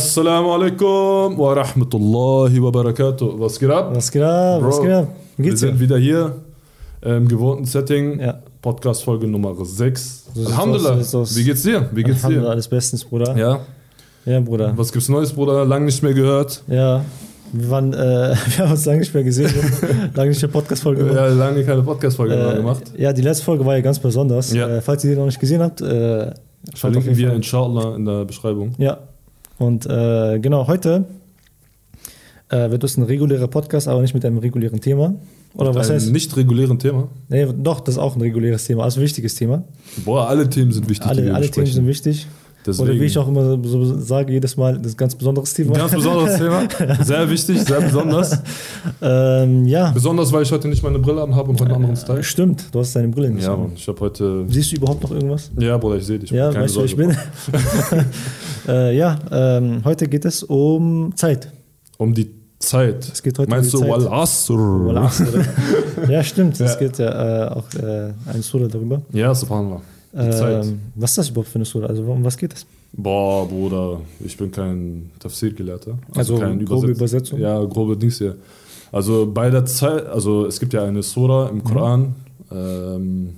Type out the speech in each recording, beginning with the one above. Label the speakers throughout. Speaker 1: Assalamu alaikum wa rahmatullahi wa barakatuh. Was geht ab?
Speaker 2: Was geht ab? Was
Speaker 1: Bro,
Speaker 2: geht ab? Wie
Speaker 1: Wir
Speaker 2: geht's
Speaker 1: sind
Speaker 2: dir?
Speaker 1: wieder hier äh, im gewohnten Setting.
Speaker 2: Ja.
Speaker 1: Podcast-Folge Nummer 6.
Speaker 2: So sieht's
Speaker 1: Alhamdulillah.
Speaker 2: aus, so sieht's aus.
Speaker 1: Wie geht's dir? Wie geht's
Speaker 2: Alhamdulillah,
Speaker 1: dir?
Speaker 2: alles bestens, Bruder.
Speaker 1: Ja.
Speaker 2: Ja, Bruder.
Speaker 1: Was gibt's Neues, Bruder? Lang nicht mehr gehört.
Speaker 2: Ja. Wir waren, äh, wir haben uns lange nicht mehr gesehen. lange nicht eine Podcast-Folge
Speaker 1: Ja, lange keine Podcast-Folge mehr gemacht.
Speaker 2: Äh, ja, die letzte Folge war ja ganz besonders.
Speaker 1: Ja.
Speaker 2: Äh, falls ihr die noch nicht gesehen habt, äh, schaut auf
Speaker 1: Verlinken
Speaker 2: jeden
Speaker 1: wir
Speaker 2: Fall.
Speaker 1: inshallah in der Beschreibung.
Speaker 2: Ja. Und äh, genau, heute äh, wird das ein regulärer Podcast, aber nicht mit einem regulären Thema. Oder was
Speaker 1: Ein
Speaker 2: heißt?
Speaker 1: nicht regulären Thema.
Speaker 2: Nee, doch, das ist auch ein reguläres Thema, also ein wichtiges Thema.
Speaker 1: Boah, alle Themen sind wichtig. die
Speaker 2: Alle,
Speaker 1: wir
Speaker 2: alle Themen sind
Speaker 1: besprechen.
Speaker 2: wichtig.
Speaker 1: Deswegen.
Speaker 2: Oder wie ich auch immer so- so sage, jedes Mal, das ist ein ganz besonderes Thema.
Speaker 1: Ein ganz besonderes Thema. Sehr wichtig, sehr besonders.
Speaker 2: Ähm, ja,
Speaker 1: Besonders, weil ich heute nicht meine Brille anhabe und heute einen anderen Style.
Speaker 2: stimmt. Du hast deine Brille nicht.
Speaker 1: Ja,
Speaker 2: an.
Speaker 1: Mann, ich habe heute.
Speaker 2: Siehst du überhaupt noch irgendwas?
Speaker 1: Ja, Bruder, ich sehe dich.
Speaker 2: Ja,
Speaker 1: Keine
Speaker 2: weißt du, wer ich
Speaker 1: Sorge.
Speaker 2: bin? äh, ja, ähm, heute geht es um Zeit.
Speaker 1: Um die Zeit. Es
Speaker 2: geht heute um
Speaker 1: Meinst
Speaker 2: die
Speaker 1: du
Speaker 2: Zeit.
Speaker 1: Wal Asr?
Speaker 2: Wal Asr. ja, stimmt.
Speaker 1: Ja.
Speaker 2: Es geht ja äh, auch äh, eine Sura darüber.
Speaker 1: Ja, subhanallah. Die Zeit.
Speaker 2: Ähm, was ist das überhaupt für eine Sura? Also, um was geht es?
Speaker 1: Boah, Bruder, ich bin kein Tafsir-Gelehrter.
Speaker 2: Also grobe
Speaker 1: Übersetz-
Speaker 2: Übersetzung?
Speaker 1: Ja, grobe Dings hier. Also bei der Zeit, also es gibt ja eine Sura
Speaker 2: Mhm.
Speaker 1: im Koran. Ähm,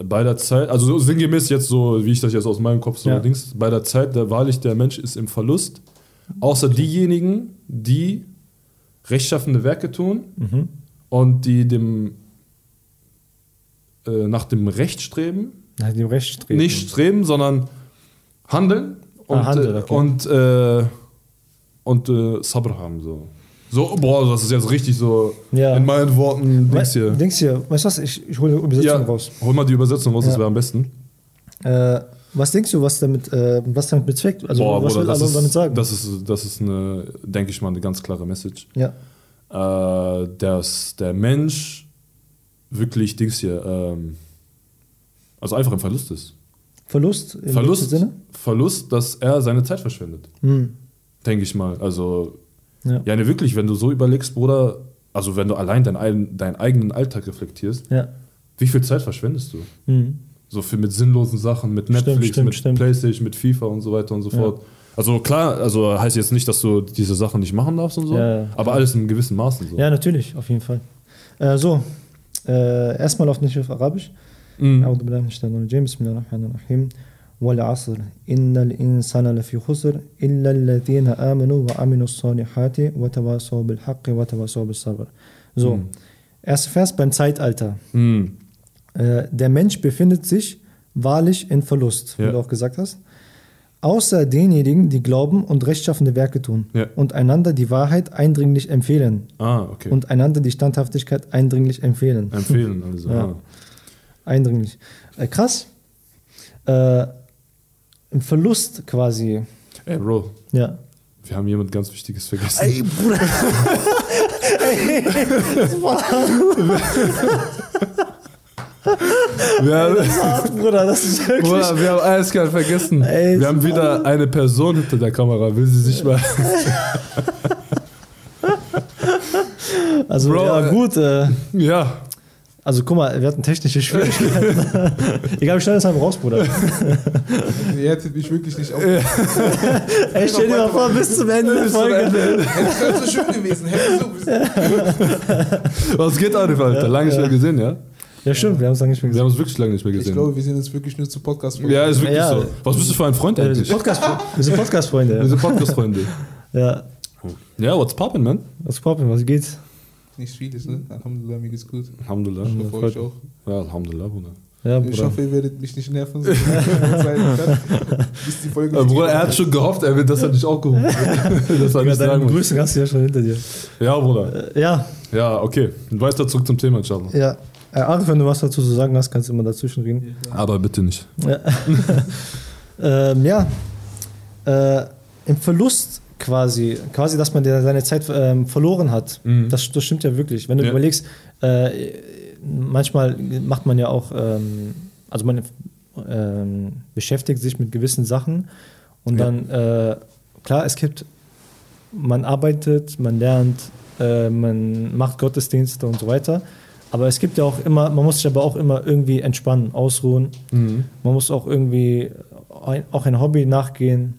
Speaker 1: bei der Zeit, also so sinngemäß jetzt so, wie ich das jetzt aus meinem Kopf so
Speaker 2: Ja.
Speaker 1: dings, bei der Zeit, der wahrlich der Mensch ist im Verlust, außer diejenigen, die rechtschaffende Werke tun
Speaker 2: Mhm.
Speaker 1: und die dem äh, nach dem Recht streben
Speaker 2: Nach dem Recht treten.
Speaker 1: nicht streben, sondern handeln und,
Speaker 2: Ah, handeln,
Speaker 1: äh,
Speaker 2: okay.
Speaker 1: und, äh, und äh, Sabr haben. So. so, boah, das ist jetzt richtig so
Speaker 2: Ja.
Speaker 1: in meinen Worten
Speaker 2: We
Speaker 1: Dings hier.
Speaker 2: Dings hier. Weißt du was? Ich, ich hole die
Speaker 1: Ja,
Speaker 2: Übersetzung raus.
Speaker 1: hol mal die Übersetzung raus, das
Speaker 2: Ja.
Speaker 1: wäre am besten.
Speaker 2: Äh, was denkst du, was damit, äh, was damit bezweckt? Also,
Speaker 1: boah,
Speaker 2: was
Speaker 1: Bruder,
Speaker 2: will Allah
Speaker 1: ist,
Speaker 2: damit sagen?
Speaker 1: Das ist, das ist eine, denke ich mal, eine ganz klare Message.
Speaker 2: ja.
Speaker 1: äh, dass der Mensch wirklich Dings hier, ähm, also einfach im Verlust ist.
Speaker 2: Verlust? Im
Speaker 1: Verlust,
Speaker 2: Sinne?
Speaker 1: Verlust, dass er seine Zeit verschwendet.
Speaker 2: Hm.
Speaker 1: denke ich mal. Also,
Speaker 2: Ja.
Speaker 1: ja, ne, wirklich, wenn du so überlegst, Bruder, also wenn du allein deinen, ein- deinen eigenen Alltag reflektierst,
Speaker 2: Ja.
Speaker 1: wie viel Zeit verschwendest du?
Speaker 2: Hm.
Speaker 1: So viel mit sinnlosen Sachen, mit Netflix,
Speaker 2: stimmt,
Speaker 1: mit
Speaker 2: stimmt.
Speaker 1: Playstation, mit FIFA und so weiter und so fort. Also klar, also heißt jetzt nicht, dass du diese Sachen nicht machen darfst und so,
Speaker 2: Ja, ja.
Speaker 1: aber alles in gewissem Maßen so.
Speaker 2: Ja, natürlich, auf jeden Fall. Äh, so, äh, erstmal auf nicht auf Arabisch.
Speaker 1: Mhm.
Speaker 2: أعوذ بالله من الشيطان الرجيم بسم الله الرحمن الرحيم والعصر إن الإنسان لفي خسر إلا الذين آمنوا وعملوا الصالحات وتواصوا بالحق وتواصوا بالصبر. So, erster Vers beim Zeitalter.
Speaker 1: Mhm.
Speaker 2: Äh, der Mensch befindet sich wahrlich in Verlust, wie
Speaker 1: Ja.
Speaker 2: du auch gesagt hast. Außer denjenigen, die glauben und rechtschaffende Werke tun
Speaker 1: Ja.
Speaker 2: und einander die Wahrheit eindringlich empfehlen
Speaker 1: Ah, okay.
Speaker 2: und einander die Standhaftigkeit eindringlich empfehlen.
Speaker 1: Empfehlen, also.
Speaker 2: Ja.
Speaker 1: ah.
Speaker 2: Eindringlich. Äh, krass. Äh, Im Verlust quasi.
Speaker 1: Ey, Bro,
Speaker 2: Ja.
Speaker 1: wir haben jemand ganz Wichtiges vergessen.
Speaker 2: Bruder.
Speaker 1: wir haben,
Speaker 2: Ah, Bruder, das ist wirklich.
Speaker 1: Bruder, wir haben eiskalt vergessen.
Speaker 2: Ey,
Speaker 1: wir haben wieder eine Person hinter der Kamera. Will sie sich mal
Speaker 2: Also,
Speaker 1: Bro,
Speaker 2: ja,
Speaker 1: äh,
Speaker 2: gut. Äh,
Speaker 1: Ja,
Speaker 2: also, guck mal, wir hatten technische Schwierigkeiten. Egal, wir schneiden das einfach raus, Bruder.
Speaker 3: Ihr hättet mich wirklich nicht aufgenommen.
Speaker 2: Ey, stell dir mal vor, bis zum Ende der
Speaker 1: Bis zum
Speaker 2: Folge.
Speaker 3: Es wäre so schön gewesen. Hättest du
Speaker 1: was geht auf Alter? Lange nicht
Speaker 2: Ja.
Speaker 1: mehr gesehen, ja?
Speaker 2: Ja, stimmt, wir haben es lange nicht
Speaker 1: Wir
Speaker 2: mehr gesehen.
Speaker 1: haben uns wirklich lange nicht mehr
Speaker 3: Ich
Speaker 1: gesehen.
Speaker 3: glaube, wir sehen uns wirklich nur zu podcast
Speaker 1: ja, also- ist wirklich
Speaker 2: Ja.
Speaker 1: so. Was bist du für ein Freund
Speaker 2: Äh, Wir sind
Speaker 1: eigentlich?
Speaker 2: Podcast- wir sind Podcast-Freunde.
Speaker 1: Wir sind Podcast-Freunde.
Speaker 2: ja. ja.
Speaker 1: Ja, what's poppin', man?
Speaker 2: Was poppen, was geht?
Speaker 3: Nicht vieles, ne? Alhamdulillah, mir geht's gut.
Speaker 1: Alhamdulillah.
Speaker 3: Ich hoffe, euch auch.
Speaker 1: Ja, Alhamdulillah, Bruder.
Speaker 2: Ja,
Speaker 3: Ich
Speaker 2: Bruder.
Speaker 3: hoffe, ihr werdet mich nicht nerven. so wie ich das sein kann, Bis die Folge.
Speaker 1: Äh, Bruder, er hat schon gehofft, er wird das halt nicht auch gehoben. das hat
Speaker 2: Ja,
Speaker 1: nicht
Speaker 2: deine
Speaker 1: sagen muss.
Speaker 2: Grüße hast du ja schon hinter dir.
Speaker 1: Ja, Bruder.
Speaker 2: Äh, Ja,
Speaker 1: Ja, okay. Und weiter zurück zum Thema, inshallah.
Speaker 2: ja. Äh, Arif, wenn du was dazu zu sagen hast, kannst du immer dazwischen reden.
Speaker 1: Aber bitte nicht.
Speaker 2: Ja. ähm, ja. Äh, Im Verlust quasi, quasi, dass man der, seine Zeit ähm, verloren hat.
Speaker 1: Mhm.
Speaker 2: Das, das stimmt ja wirklich. Wenn du
Speaker 1: Ja.
Speaker 2: überlegst, äh, manchmal macht man ja auch, ähm, also man ähm, beschäftigt sich mit gewissen Sachen und
Speaker 1: Ja.
Speaker 2: dann, äh, klar, es gibt, man arbeitet, man lernt, äh, man macht Gottesdienste und so weiter. Aber es gibt ja auch immer, man muss sich aber auch immer irgendwie entspannen,
Speaker 1: Mhm.
Speaker 2: ausruhen. Man muss auch irgendwie ein, auch ein Hobby nachgehen.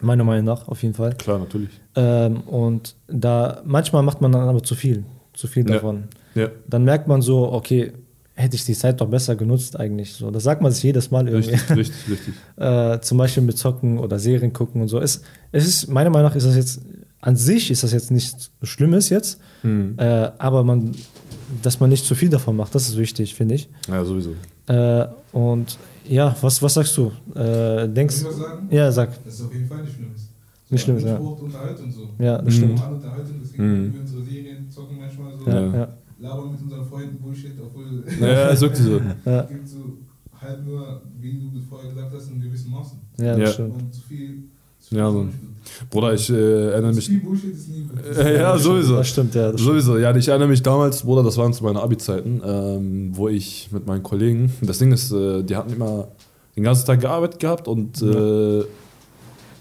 Speaker 2: Meiner Meinung nach, auf jeden Fall.
Speaker 1: Klar, natürlich.
Speaker 2: Ähm, und da manchmal macht man dann aber zu viel, zu viel
Speaker 1: Ja.
Speaker 2: davon.
Speaker 1: Ja,
Speaker 2: Dann merkt man so, okay, hätte ich die Zeit doch besser genutzt eigentlich. So, das sagt man sich jedes Mal irgendwie.
Speaker 1: richtig, richtig, richtig.
Speaker 2: äh, zum Beispiel mit Zocken oder Serien gucken und so. Es, es ist, meiner Meinung nach ist das jetzt, an sich ist das jetzt nichts Schlimmes jetzt,
Speaker 1: Mhm.
Speaker 2: äh, aber man, dass man nicht zu viel davon macht, das ist wichtig, finde ich.
Speaker 1: Ja, sowieso.
Speaker 2: Äh, und ja, was, was sagst du? Äh,
Speaker 3: Muss
Speaker 2: denkst
Speaker 3: ich was sagen?
Speaker 2: Ja, sag.
Speaker 3: Das ist auf jeden Fall nicht Schlimmes.
Speaker 2: Nicht Schlimmes, ja.
Speaker 3: ja. Unterhaltung so.
Speaker 2: Ja, das
Speaker 1: Mhm.
Speaker 2: stimmt.
Speaker 3: Normale Unterhaltung, deswegen
Speaker 1: Mhm.
Speaker 3: gucken wir unsere Serien, zocken manchmal so,
Speaker 2: Ja,
Speaker 1: Ja.
Speaker 2: ja.
Speaker 3: labern mit unseren Freunden Bullshit, obwohl
Speaker 1: Ja, also- ist wirklich so.
Speaker 2: Ja.
Speaker 3: es gibt so halt nur, wie du vorher gesagt hast, in gewissen Maßen.
Speaker 2: Ja, das
Speaker 1: Ja.
Speaker 2: stimmt.
Speaker 3: Und zu viel, zu viel
Speaker 1: Ja, so.
Speaker 3: ist auch nicht gut.
Speaker 1: Bruder, ich äh, erinnere
Speaker 3: Zu
Speaker 1: mich.
Speaker 3: viel Bullshit ist nie gut.
Speaker 1: Äh, ja, sowieso.
Speaker 2: Das stimmt, ja. Das stimmt.
Speaker 1: Sowieso, ja, ich erinnere mich damals, Bruder, das waren zu meinen Abi-Zeiten, ähm, wo ich mit meinen Kollegen, das Ding ist, äh, die hatten immer den ganzen Tag gearbeitet gehabt und äh,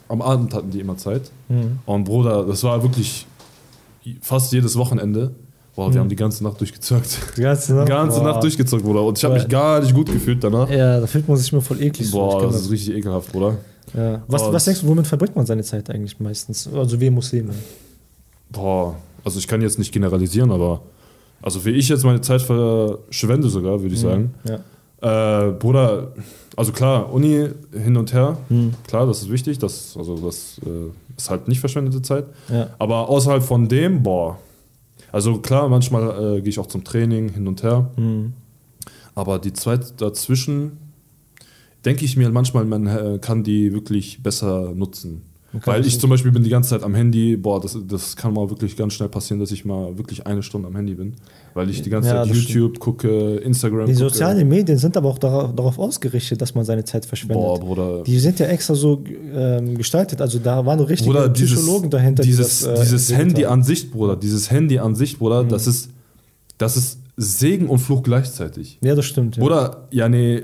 Speaker 1: am Abend hatten die immer Zeit.
Speaker 2: Mhm.
Speaker 1: Und Bruder, das war wirklich fast jedes Wochenende. Boah, wir
Speaker 2: Mhm.
Speaker 1: haben die ganze Nacht durchgezockt.
Speaker 2: Die ganze Nacht,
Speaker 1: Die ganze
Speaker 2: boah.
Speaker 1: Nacht durchgezockt, Bruder. Und ich habe mich
Speaker 2: Geil.
Speaker 1: gar nicht gut gefühlt danach.
Speaker 2: Ja, da fühlt man sich immer voll eklig. so. Ich
Speaker 1: Boah,
Speaker 2: kenn
Speaker 1: das ist richtig ekelhaft, Bruder.
Speaker 2: ja. was,
Speaker 1: Boah,
Speaker 2: was
Speaker 1: das-
Speaker 2: denkst du, womit verbringt man seine Zeit eigentlich meistens? Also wir Muslime.
Speaker 1: Boah, also ich kann jetzt nicht generalisieren, aber also wie ich jetzt meine Zeit verschwende sogar, würde ich
Speaker 2: Hm.
Speaker 1: sagen.
Speaker 2: Mhm. Ja.
Speaker 1: Äh, Bruder, also klar, Uni hin und her,
Speaker 2: Mhm.
Speaker 1: klar, das ist wichtig, das, also das äh, ist halt nicht verschwendete Zeit.
Speaker 2: Ja.
Speaker 1: Aber außerhalb von dem, boah, also klar, manchmal äh, gehe ich auch zum Training hin und her,
Speaker 2: Mhm.
Speaker 1: aber die Zeit dazwischen, denke ich mir manchmal, man äh, kann die wirklich besser nutzen.
Speaker 2: Man kann
Speaker 1: Weil
Speaker 2: das-
Speaker 1: ich zum Beispiel bin die ganze Zeit am Handy, boah, das, das kann mal wirklich ganz schnell passieren, dass ich mal wirklich eine Stunde am Handy bin, weil ich die ganze
Speaker 2: Ja,
Speaker 1: Zeit
Speaker 2: das
Speaker 1: YouTube gucke, Instagram
Speaker 2: Die
Speaker 1: gucke.
Speaker 2: sozialen Medien sind aber auch darauf, darauf ausgerichtet, dass man seine Zeit verschwendet.
Speaker 1: Boah, Bruder.
Speaker 2: die sind ja extra so ähm, gestaltet. Also da waren richtige
Speaker 1: Bruder, dieses,
Speaker 2: Psychologen dahinter. die
Speaker 1: Dieses,
Speaker 2: das, äh,
Speaker 1: dieses
Speaker 2: entwickelt
Speaker 1: Handy
Speaker 2: haben. Mhm.
Speaker 1: an sich, Bruder, dieses Handy an sich, Bruder, das ist das ist Segen und Fluch gleichzeitig.
Speaker 2: Ja, das stimmt. Ja.
Speaker 1: Bruder, ja nee,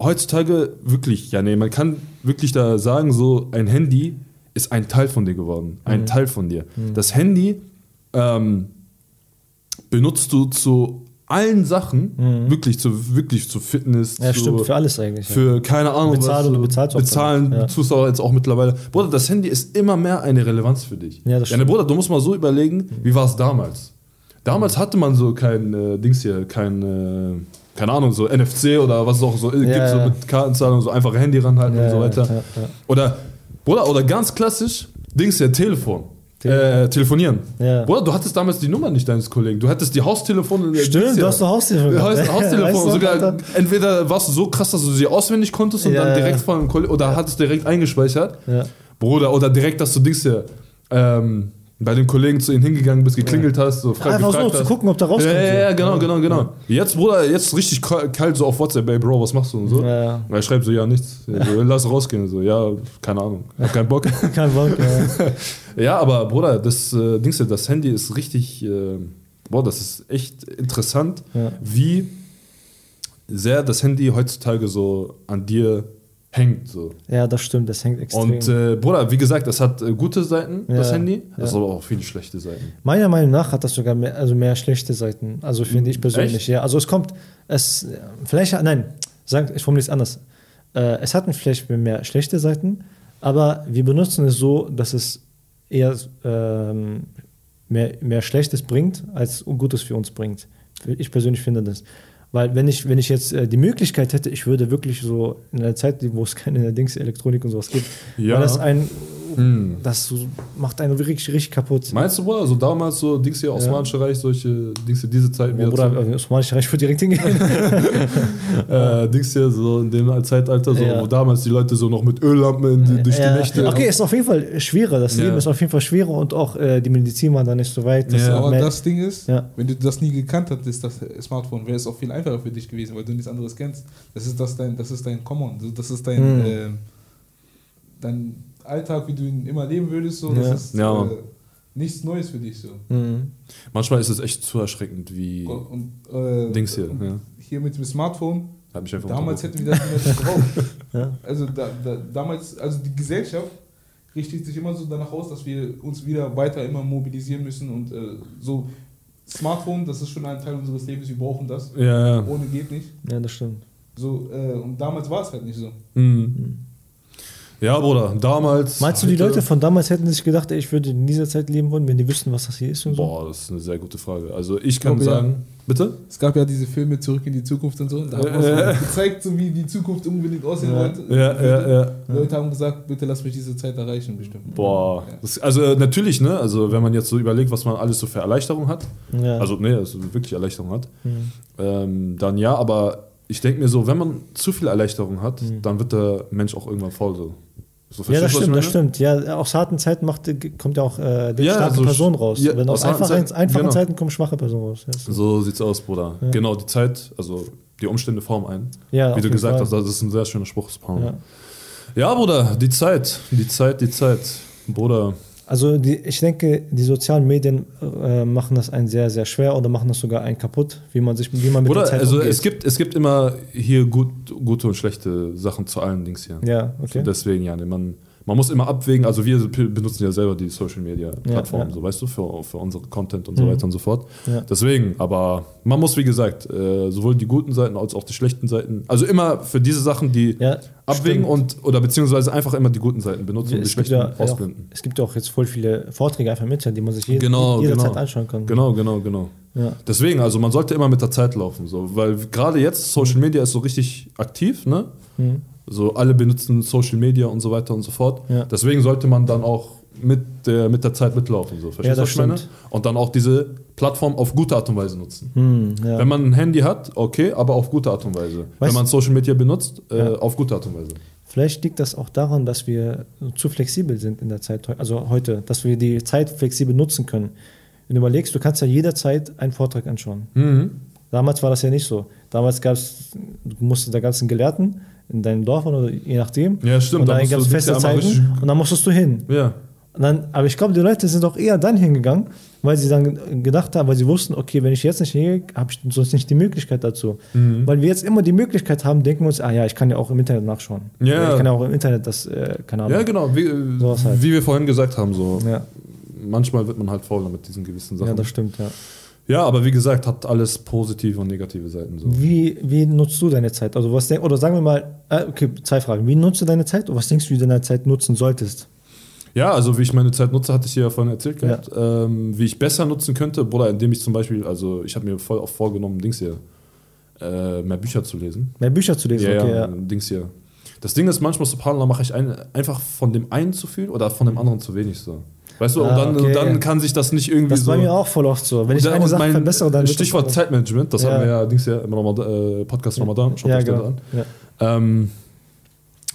Speaker 1: heutzutage wirklich, ja nee, man kann wirklich da sagen, so ein Handy ist ein Teil von dir geworden,
Speaker 2: Mhm.
Speaker 1: ein Teil von dir. Das Handy ähm, benutzt du zu allen Sachen, wirklich zu wirklich zu Fitness,
Speaker 2: Mhm. ja,
Speaker 1: zu,
Speaker 2: stimmt, für alles eigentlich. ja.
Speaker 1: für keine Ahnung
Speaker 2: Bezahlen und du bezahlst auch
Speaker 1: bezahlen
Speaker 2: damit, ja.
Speaker 1: tust du auch jetzt auch mittlerweile. Bruder, das Handy ist immer mehr eine Relevanz für dich.
Speaker 2: Ja, das
Speaker 1: ne,
Speaker 2: stimmt.
Speaker 1: Bruder, du musst mal so überlegen, wie war es damals? Damals hatte man so kein äh, Dings hier, kein äh, keine Ahnung, so NFC oder was es auch so äh, gibt,
Speaker 2: Ja,
Speaker 1: so
Speaker 2: ja.
Speaker 1: mit Kartenzahlung, so einfach Handy ranhalten
Speaker 2: Ja,
Speaker 1: und so weiter.
Speaker 2: ja, ja.
Speaker 1: Oder Bruder, oder ganz klassisch Dings hier Telefon.
Speaker 2: Telefon.
Speaker 1: Äh, telefonieren.
Speaker 2: Ja.
Speaker 1: Bruder, du hattest damals die Nummer nicht deines Kollegen. Du hattest die Haustelefon.
Speaker 2: Stimmt, du hast ein Haustelefon.
Speaker 1: Ja,
Speaker 2: gehabt,
Speaker 1: Haus,
Speaker 2: ne?
Speaker 1: Haustelefon.
Speaker 2: Weißt du noch,
Speaker 1: sogar,
Speaker 2: Alter?
Speaker 1: entweder warst du so krass, dass du sie auswendig konntest und
Speaker 2: Ja,
Speaker 1: dann
Speaker 2: ja.
Speaker 1: direkt von einem Kollegen oder hattest direkt eingespeichert.
Speaker 2: Ja.
Speaker 1: Bruder, oder direkt, dass du Dings hier ähm, bei den Kollegen zu ihnen hingegangen bist, geklingelt hast, so frag,
Speaker 2: Einfach so, um
Speaker 1: gefragt
Speaker 2: zu
Speaker 1: hast.
Speaker 2: gucken, ob da rauskommt.
Speaker 1: ja, ja,
Speaker 2: so.
Speaker 1: ja, genau, genau, genau. Jetzt, Bruder, jetzt richtig ka- kalt so auf WhatsApp, ey, Bro, was machst du und so?
Speaker 2: Ja, ja.
Speaker 1: Er schreibt so, ja, nichts. Ja, So, lass rausgehen. So, ja, keine Ahnung, hab keinen Bock.
Speaker 2: Kein Bock. Ja.
Speaker 1: Ja, aber Bruder, das äh, Dings, hier, das Handy ist richtig, äh, boah, das ist echt interessant,
Speaker 2: Ja.
Speaker 1: wie sehr das Handy heutzutage so an dir hängt. So.
Speaker 2: ja, das stimmt, das hängt extrem.
Speaker 1: Und äh, Bruder, wie gesagt, das hat äh, gute Seiten,
Speaker 2: Ja,
Speaker 1: das Handy,
Speaker 2: ja.
Speaker 1: das hat aber auch viele schlechte Seiten.
Speaker 2: Meiner Meinung nach hat das sogar mehr, also mehr schlechte Seiten. Also finde ich persönlich.
Speaker 1: Hm, Echt?
Speaker 2: Ja, also es kommt, es vielleicht nein, sag, ich formuliere es anders. Äh, es hat vielleicht mehr schlechte Seiten, aber wir benutzen es so, dass es eher ähm, mehr, mehr Schlechtes bringt als Gutes für uns bringt. Ich persönlich finde das. Weil wenn ich, wenn ich jetzt äh, die Möglichkeit hätte, ich würde wirklich so in einer Zeit, wo es keine Dings, Elektronik und sowas gibt,
Speaker 1: Ja.
Speaker 2: weil das ein,
Speaker 1: Hm.
Speaker 2: das so- macht einen richtig, richtig kaputt.
Speaker 1: Meinst du, Bruder, so damals so Dings hier, Osmanische Reich, solche Dings hier, diese Zeit,
Speaker 2: Ja,
Speaker 1: wieder
Speaker 2: Bruder, also das meine ich recht, ich würde direkt hingehen.
Speaker 1: äh, Dings hier, so in dem Zeitalter, so,
Speaker 2: Ja.
Speaker 1: wo damals die Leute so noch mit Öllampen in die, durch
Speaker 2: Ja.
Speaker 1: die Nächte.
Speaker 2: Okay, ist auf jeden Fall schwerer. Das
Speaker 1: Ja.
Speaker 2: Leben ist auf jeden Fall schwerer und auch äh, die Medizin war da nicht so weit.
Speaker 1: Ja.
Speaker 2: ist auch
Speaker 3: Aber
Speaker 2: mehr-
Speaker 3: das Ding ist,
Speaker 2: Ja.
Speaker 3: wenn du das nie gekannt hättest, das Smartphone, wäre es auch viel einfacher für dich gewesen, weil du nichts anderes kennst. Das ist das dein, das ist dein Common, so, das ist dein,
Speaker 1: Hm.
Speaker 2: Mhm.
Speaker 3: ähm, dein Alltag, wie du ihn immer leben würdest. So,
Speaker 2: Ja.
Speaker 3: Das ist
Speaker 1: Ja, Mann.
Speaker 3: äh, nichts Neues für dich so.
Speaker 2: Mhm.
Speaker 1: Manchmal ist es echt zu erschreckend, wie
Speaker 3: Und, äh,
Speaker 1: Hm. Dings hier. ne?
Speaker 3: und
Speaker 1: Ja.
Speaker 3: hier mit dem Smartphone,
Speaker 1: Hab mich einfach
Speaker 3: damals
Speaker 1: unterbrochen.
Speaker 3: hätten wir das nicht gebraucht.
Speaker 2: Ja.
Speaker 3: Also da, da, damals, also die Gesellschaft richtet sich immer so danach aus, dass wir uns wieder weiter immer mobilisieren müssen und äh, so Smartphone, das ist schon ein Teil unseres Lebens, wir brauchen das.
Speaker 1: Ja, ja.
Speaker 3: Ohne geht nicht.
Speaker 2: ja, das stimmt.
Speaker 3: So, äh, und damals war es halt nicht so.
Speaker 1: Mhm. Ja, Bruder, damals.
Speaker 2: Meinst du, die
Speaker 1: heute-
Speaker 2: Leute von damals hätten sich gedacht, ey, ich würde in dieser Zeit leben wollen, wenn die wüssten, was das hier ist und so?
Speaker 1: Boah, das ist eine sehr gute Frage. Also ich kann
Speaker 3: glaube, ja.
Speaker 1: sagen, bitte?
Speaker 3: Es gab ja diese Filme Zurück in die Zukunft und so. Und da haben
Speaker 1: Äh.
Speaker 3: äh. gezeigt, so wie die Zukunft unbedingt aussehen
Speaker 2: Ja.
Speaker 3: wollte.
Speaker 1: Ja, ja, ja.
Speaker 3: Leute haben gesagt, bitte lass mich diese Zeit erreichen, bestimmt.
Speaker 1: Boah,
Speaker 3: Ja.
Speaker 1: das, also natürlich, ne? Also wenn man jetzt so überlegt, was man alles so für Erleichterung hat,
Speaker 2: Ja.
Speaker 1: also ne, also wirklich Erleichterung hat,
Speaker 2: Mhm.
Speaker 1: ähm, dann ja, aber ich denke mir so, wenn man zu viel Erleichterung hat, dann wird der Mensch auch irgendwann faul so. so
Speaker 2: Hm. Ja, das
Speaker 1: verstehst du, was
Speaker 2: stimmt, das
Speaker 1: ich
Speaker 2: stimmt. Ja, aus harten Zeiten macht, kommt ja auch äh, die
Speaker 1: Ja,
Speaker 2: starke
Speaker 1: so
Speaker 2: Person
Speaker 1: sch-
Speaker 2: raus.
Speaker 1: ja,
Speaker 2: Wenn aus
Speaker 1: aus harten
Speaker 2: einfachen,
Speaker 1: Zeiten,
Speaker 2: einfachen
Speaker 1: genau.
Speaker 2: Zeiten kommen schwache Personen raus. Ja,
Speaker 1: meine? So sieht's aus, Bruder.
Speaker 2: Ja.
Speaker 1: Genau, die Zeit, also die Umstände formen einen.
Speaker 2: Ja, auf
Speaker 1: Wie du
Speaker 2: jeden
Speaker 1: gesagt
Speaker 2: Fall.
Speaker 1: hast, also das ist ein sehr schöner Spruch. Paul.
Speaker 2: Ja.
Speaker 1: ja, Bruder, die Zeit, die Zeit, die Zeit. Bruder,
Speaker 2: Also die, ich denke, die sozialen Medien äh, machen das einen sehr, sehr schwer oder machen das sogar einen kaputt, wie man sich, wie man mit
Speaker 1: Oder,
Speaker 2: der Zeit
Speaker 1: also
Speaker 2: umgeht.
Speaker 1: es gibt, es gibt immer hier gut, gute und schlechte Sachen zu allen Dings hier.
Speaker 2: ja,
Speaker 1: So
Speaker 2: okay.
Speaker 1: deswegen, ja, ne, man, man muss immer abwägen, also wir p- benutzen ja selber die Social Media Plattformen,
Speaker 2: ja.
Speaker 1: so weißt du, für, für unsere Content und so
Speaker 2: Mhm.
Speaker 1: weiter und so fort.
Speaker 2: Ja.
Speaker 1: Deswegen, aber man muss, wie gesagt, äh, sowohl die guten Seiten als auch die schlechten Seiten, also immer für diese Sachen, die
Speaker 2: Ja,
Speaker 1: abwägen
Speaker 2: stimmt.
Speaker 1: und oder beziehungsweise einfach immer die guten Seiten benutzen und die
Speaker 2: es gibt,
Speaker 1: schlechten
Speaker 2: ja auch,
Speaker 1: ausblenden.
Speaker 2: es gibt ja auch jetzt voll viele Vorträge einfach im Internet, die man sich jede,
Speaker 1: Genau,
Speaker 2: jederzeit
Speaker 1: genau.
Speaker 2: anschauen kann.
Speaker 1: Genau, genau, genau.
Speaker 2: Ja.
Speaker 1: Deswegen, also man sollte immer mit der Zeit laufen, so, weil gerade jetzt Social Media ist so richtig aktiv, ne?
Speaker 2: Mhm.
Speaker 1: So alle benutzen Social Media und so weiter und so fort.
Speaker 2: Ja.
Speaker 1: Deswegen sollte man dann auch mit der, mit der Zeit mitlaufen, so verstehst du,
Speaker 2: das
Speaker 1: was ich meine?
Speaker 2: stimmt.
Speaker 1: Und dann auch diese Plattform auf gute Art und Weise nutzen.
Speaker 2: Hm, ja.
Speaker 1: Wenn man ein Handy hat, okay, aber auf gute Art und Weise. Wenn
Speaker 2: Weißt-
Speaker 1: man Social Media benutzt, äh,
Speaker 2: Ja.
Speaker 1: auf gute Art und Weise.
Speaker 2: Vielleicht liegt das auch daran, dass wir zu flexibel sind in der Zeit, heu- also heute, dass wir die Zeit flexibel nutzen können. Wenn du überlegst, du kannst ja jederzeit einen Vortrag anschauen. Mhm. Damals war das ja nicht so. Damals gab es, du musstest der ganzen Gelehrten in deinem Dorf oder je nachdem.
Speaker 1: Ja, stimmt,
Speaker 2: Und
Speaker 1: da
Speaker 2: dann
Speaker 1: musst
Speaker 2: gab
Speaker 1: du-
Speaker 2: es
Speaker 1: sitzt
Speaker 2: feste
Speaker 1: ja einmal
Speaker 2: Zeiten
Speaker 1: richtig-
Speaker 2: und dann musstest du hin.
Speaker 1: Ja.
Speaker 2: Und dann, aber ich glaube, die Leute sind auch eher dann hingegangen, weil sie dann gedacht haben, weil sie wussten, okay, wenn ich jetzt nicht hingehe, habe ich sonst nicht die Möglichkeit dazu.
Speaker 1: Mhm.
Speaker 2: Weil wir jetzt immer die Möglichkeit haben, denken wir uns, ah ja, ich kann ja auch im Internet nachschauen.
Speaker 1: Ja.
Speaker 2: Ich kann ja auch im Internet das, äh, keine Ahnung.
Speaker 1: Ja, genau, wie,
Speaker 2: Sowas halt.
Speaker 1: wie wir vorhin gesagt haben, so
Speaker 2: Ja,
Speaker 1: manchmal wird man halt fauler mit diesen gewissen
Speaker 2: ja,
Speaker 1: Sachen. Ja,
Speaker 2: das stimmt, ja.
Speaker 1: aber wie gesagt, hat alles positive und negative Seiten. So.
Speaker 2: Wie, wie nutzt du deine Zeit? Also was denk, oder sagen wir mal, äh, okay, zwei Fragen. Wie nutzt du deine Zeit und was denkst du, wie du deine Zeit nutzen solltest?
Speaker 1: Ja, also wie ich meine Zeit nutze, hatte ich dir ja vorhin erzählt gehabt. Ähm, wie ich besser nutzen könnte, Bruder, indem ich zum Beispiel, also ich habe mir voll oft vorgenommen, Dings hier, äh, mehr Bücher zu lesen.
Speaker 2: Mehr Bücher zu lesen, okay, ja.
Speaker 1: Dings hier. Das Ding ist, manchmal, subhanallah, mache ich ein, einfach von dem einen zu viel oder von dem anderen zu wenig so. Weißt du,
Speaker 2: Mhm. Ah,
Speaker 1: und dann,
Speaker 2: okay.
Speaker 1: dann kann sich das nicht irgendwie
Speaker 2: Das ist
Speaker 1: so...
Speaker 2: bei mir auch voll oft so. Wenn ich
Speaker 1: Und da-
Speaker 2: eine
Speaker 1: und
Speaker 2: Sache
Speaker 1: mein
Speaker 2: verbessere, dann... wird das
Speaker 1: Stichwort
Speaker 2: anders.
Speaker 1: Zeitmanagement, das
Speaker 2: Ja.
Speaker 1: haben wir ja Dings ja im Ramad- äh, Podcast Ramadan, schaut
Speaker 2: Ja,
Speaker 1: euch das
Speaker 2: genau.
Speaker 1: an.
Speaker 2: Ja.
Speaker 1: Ähm,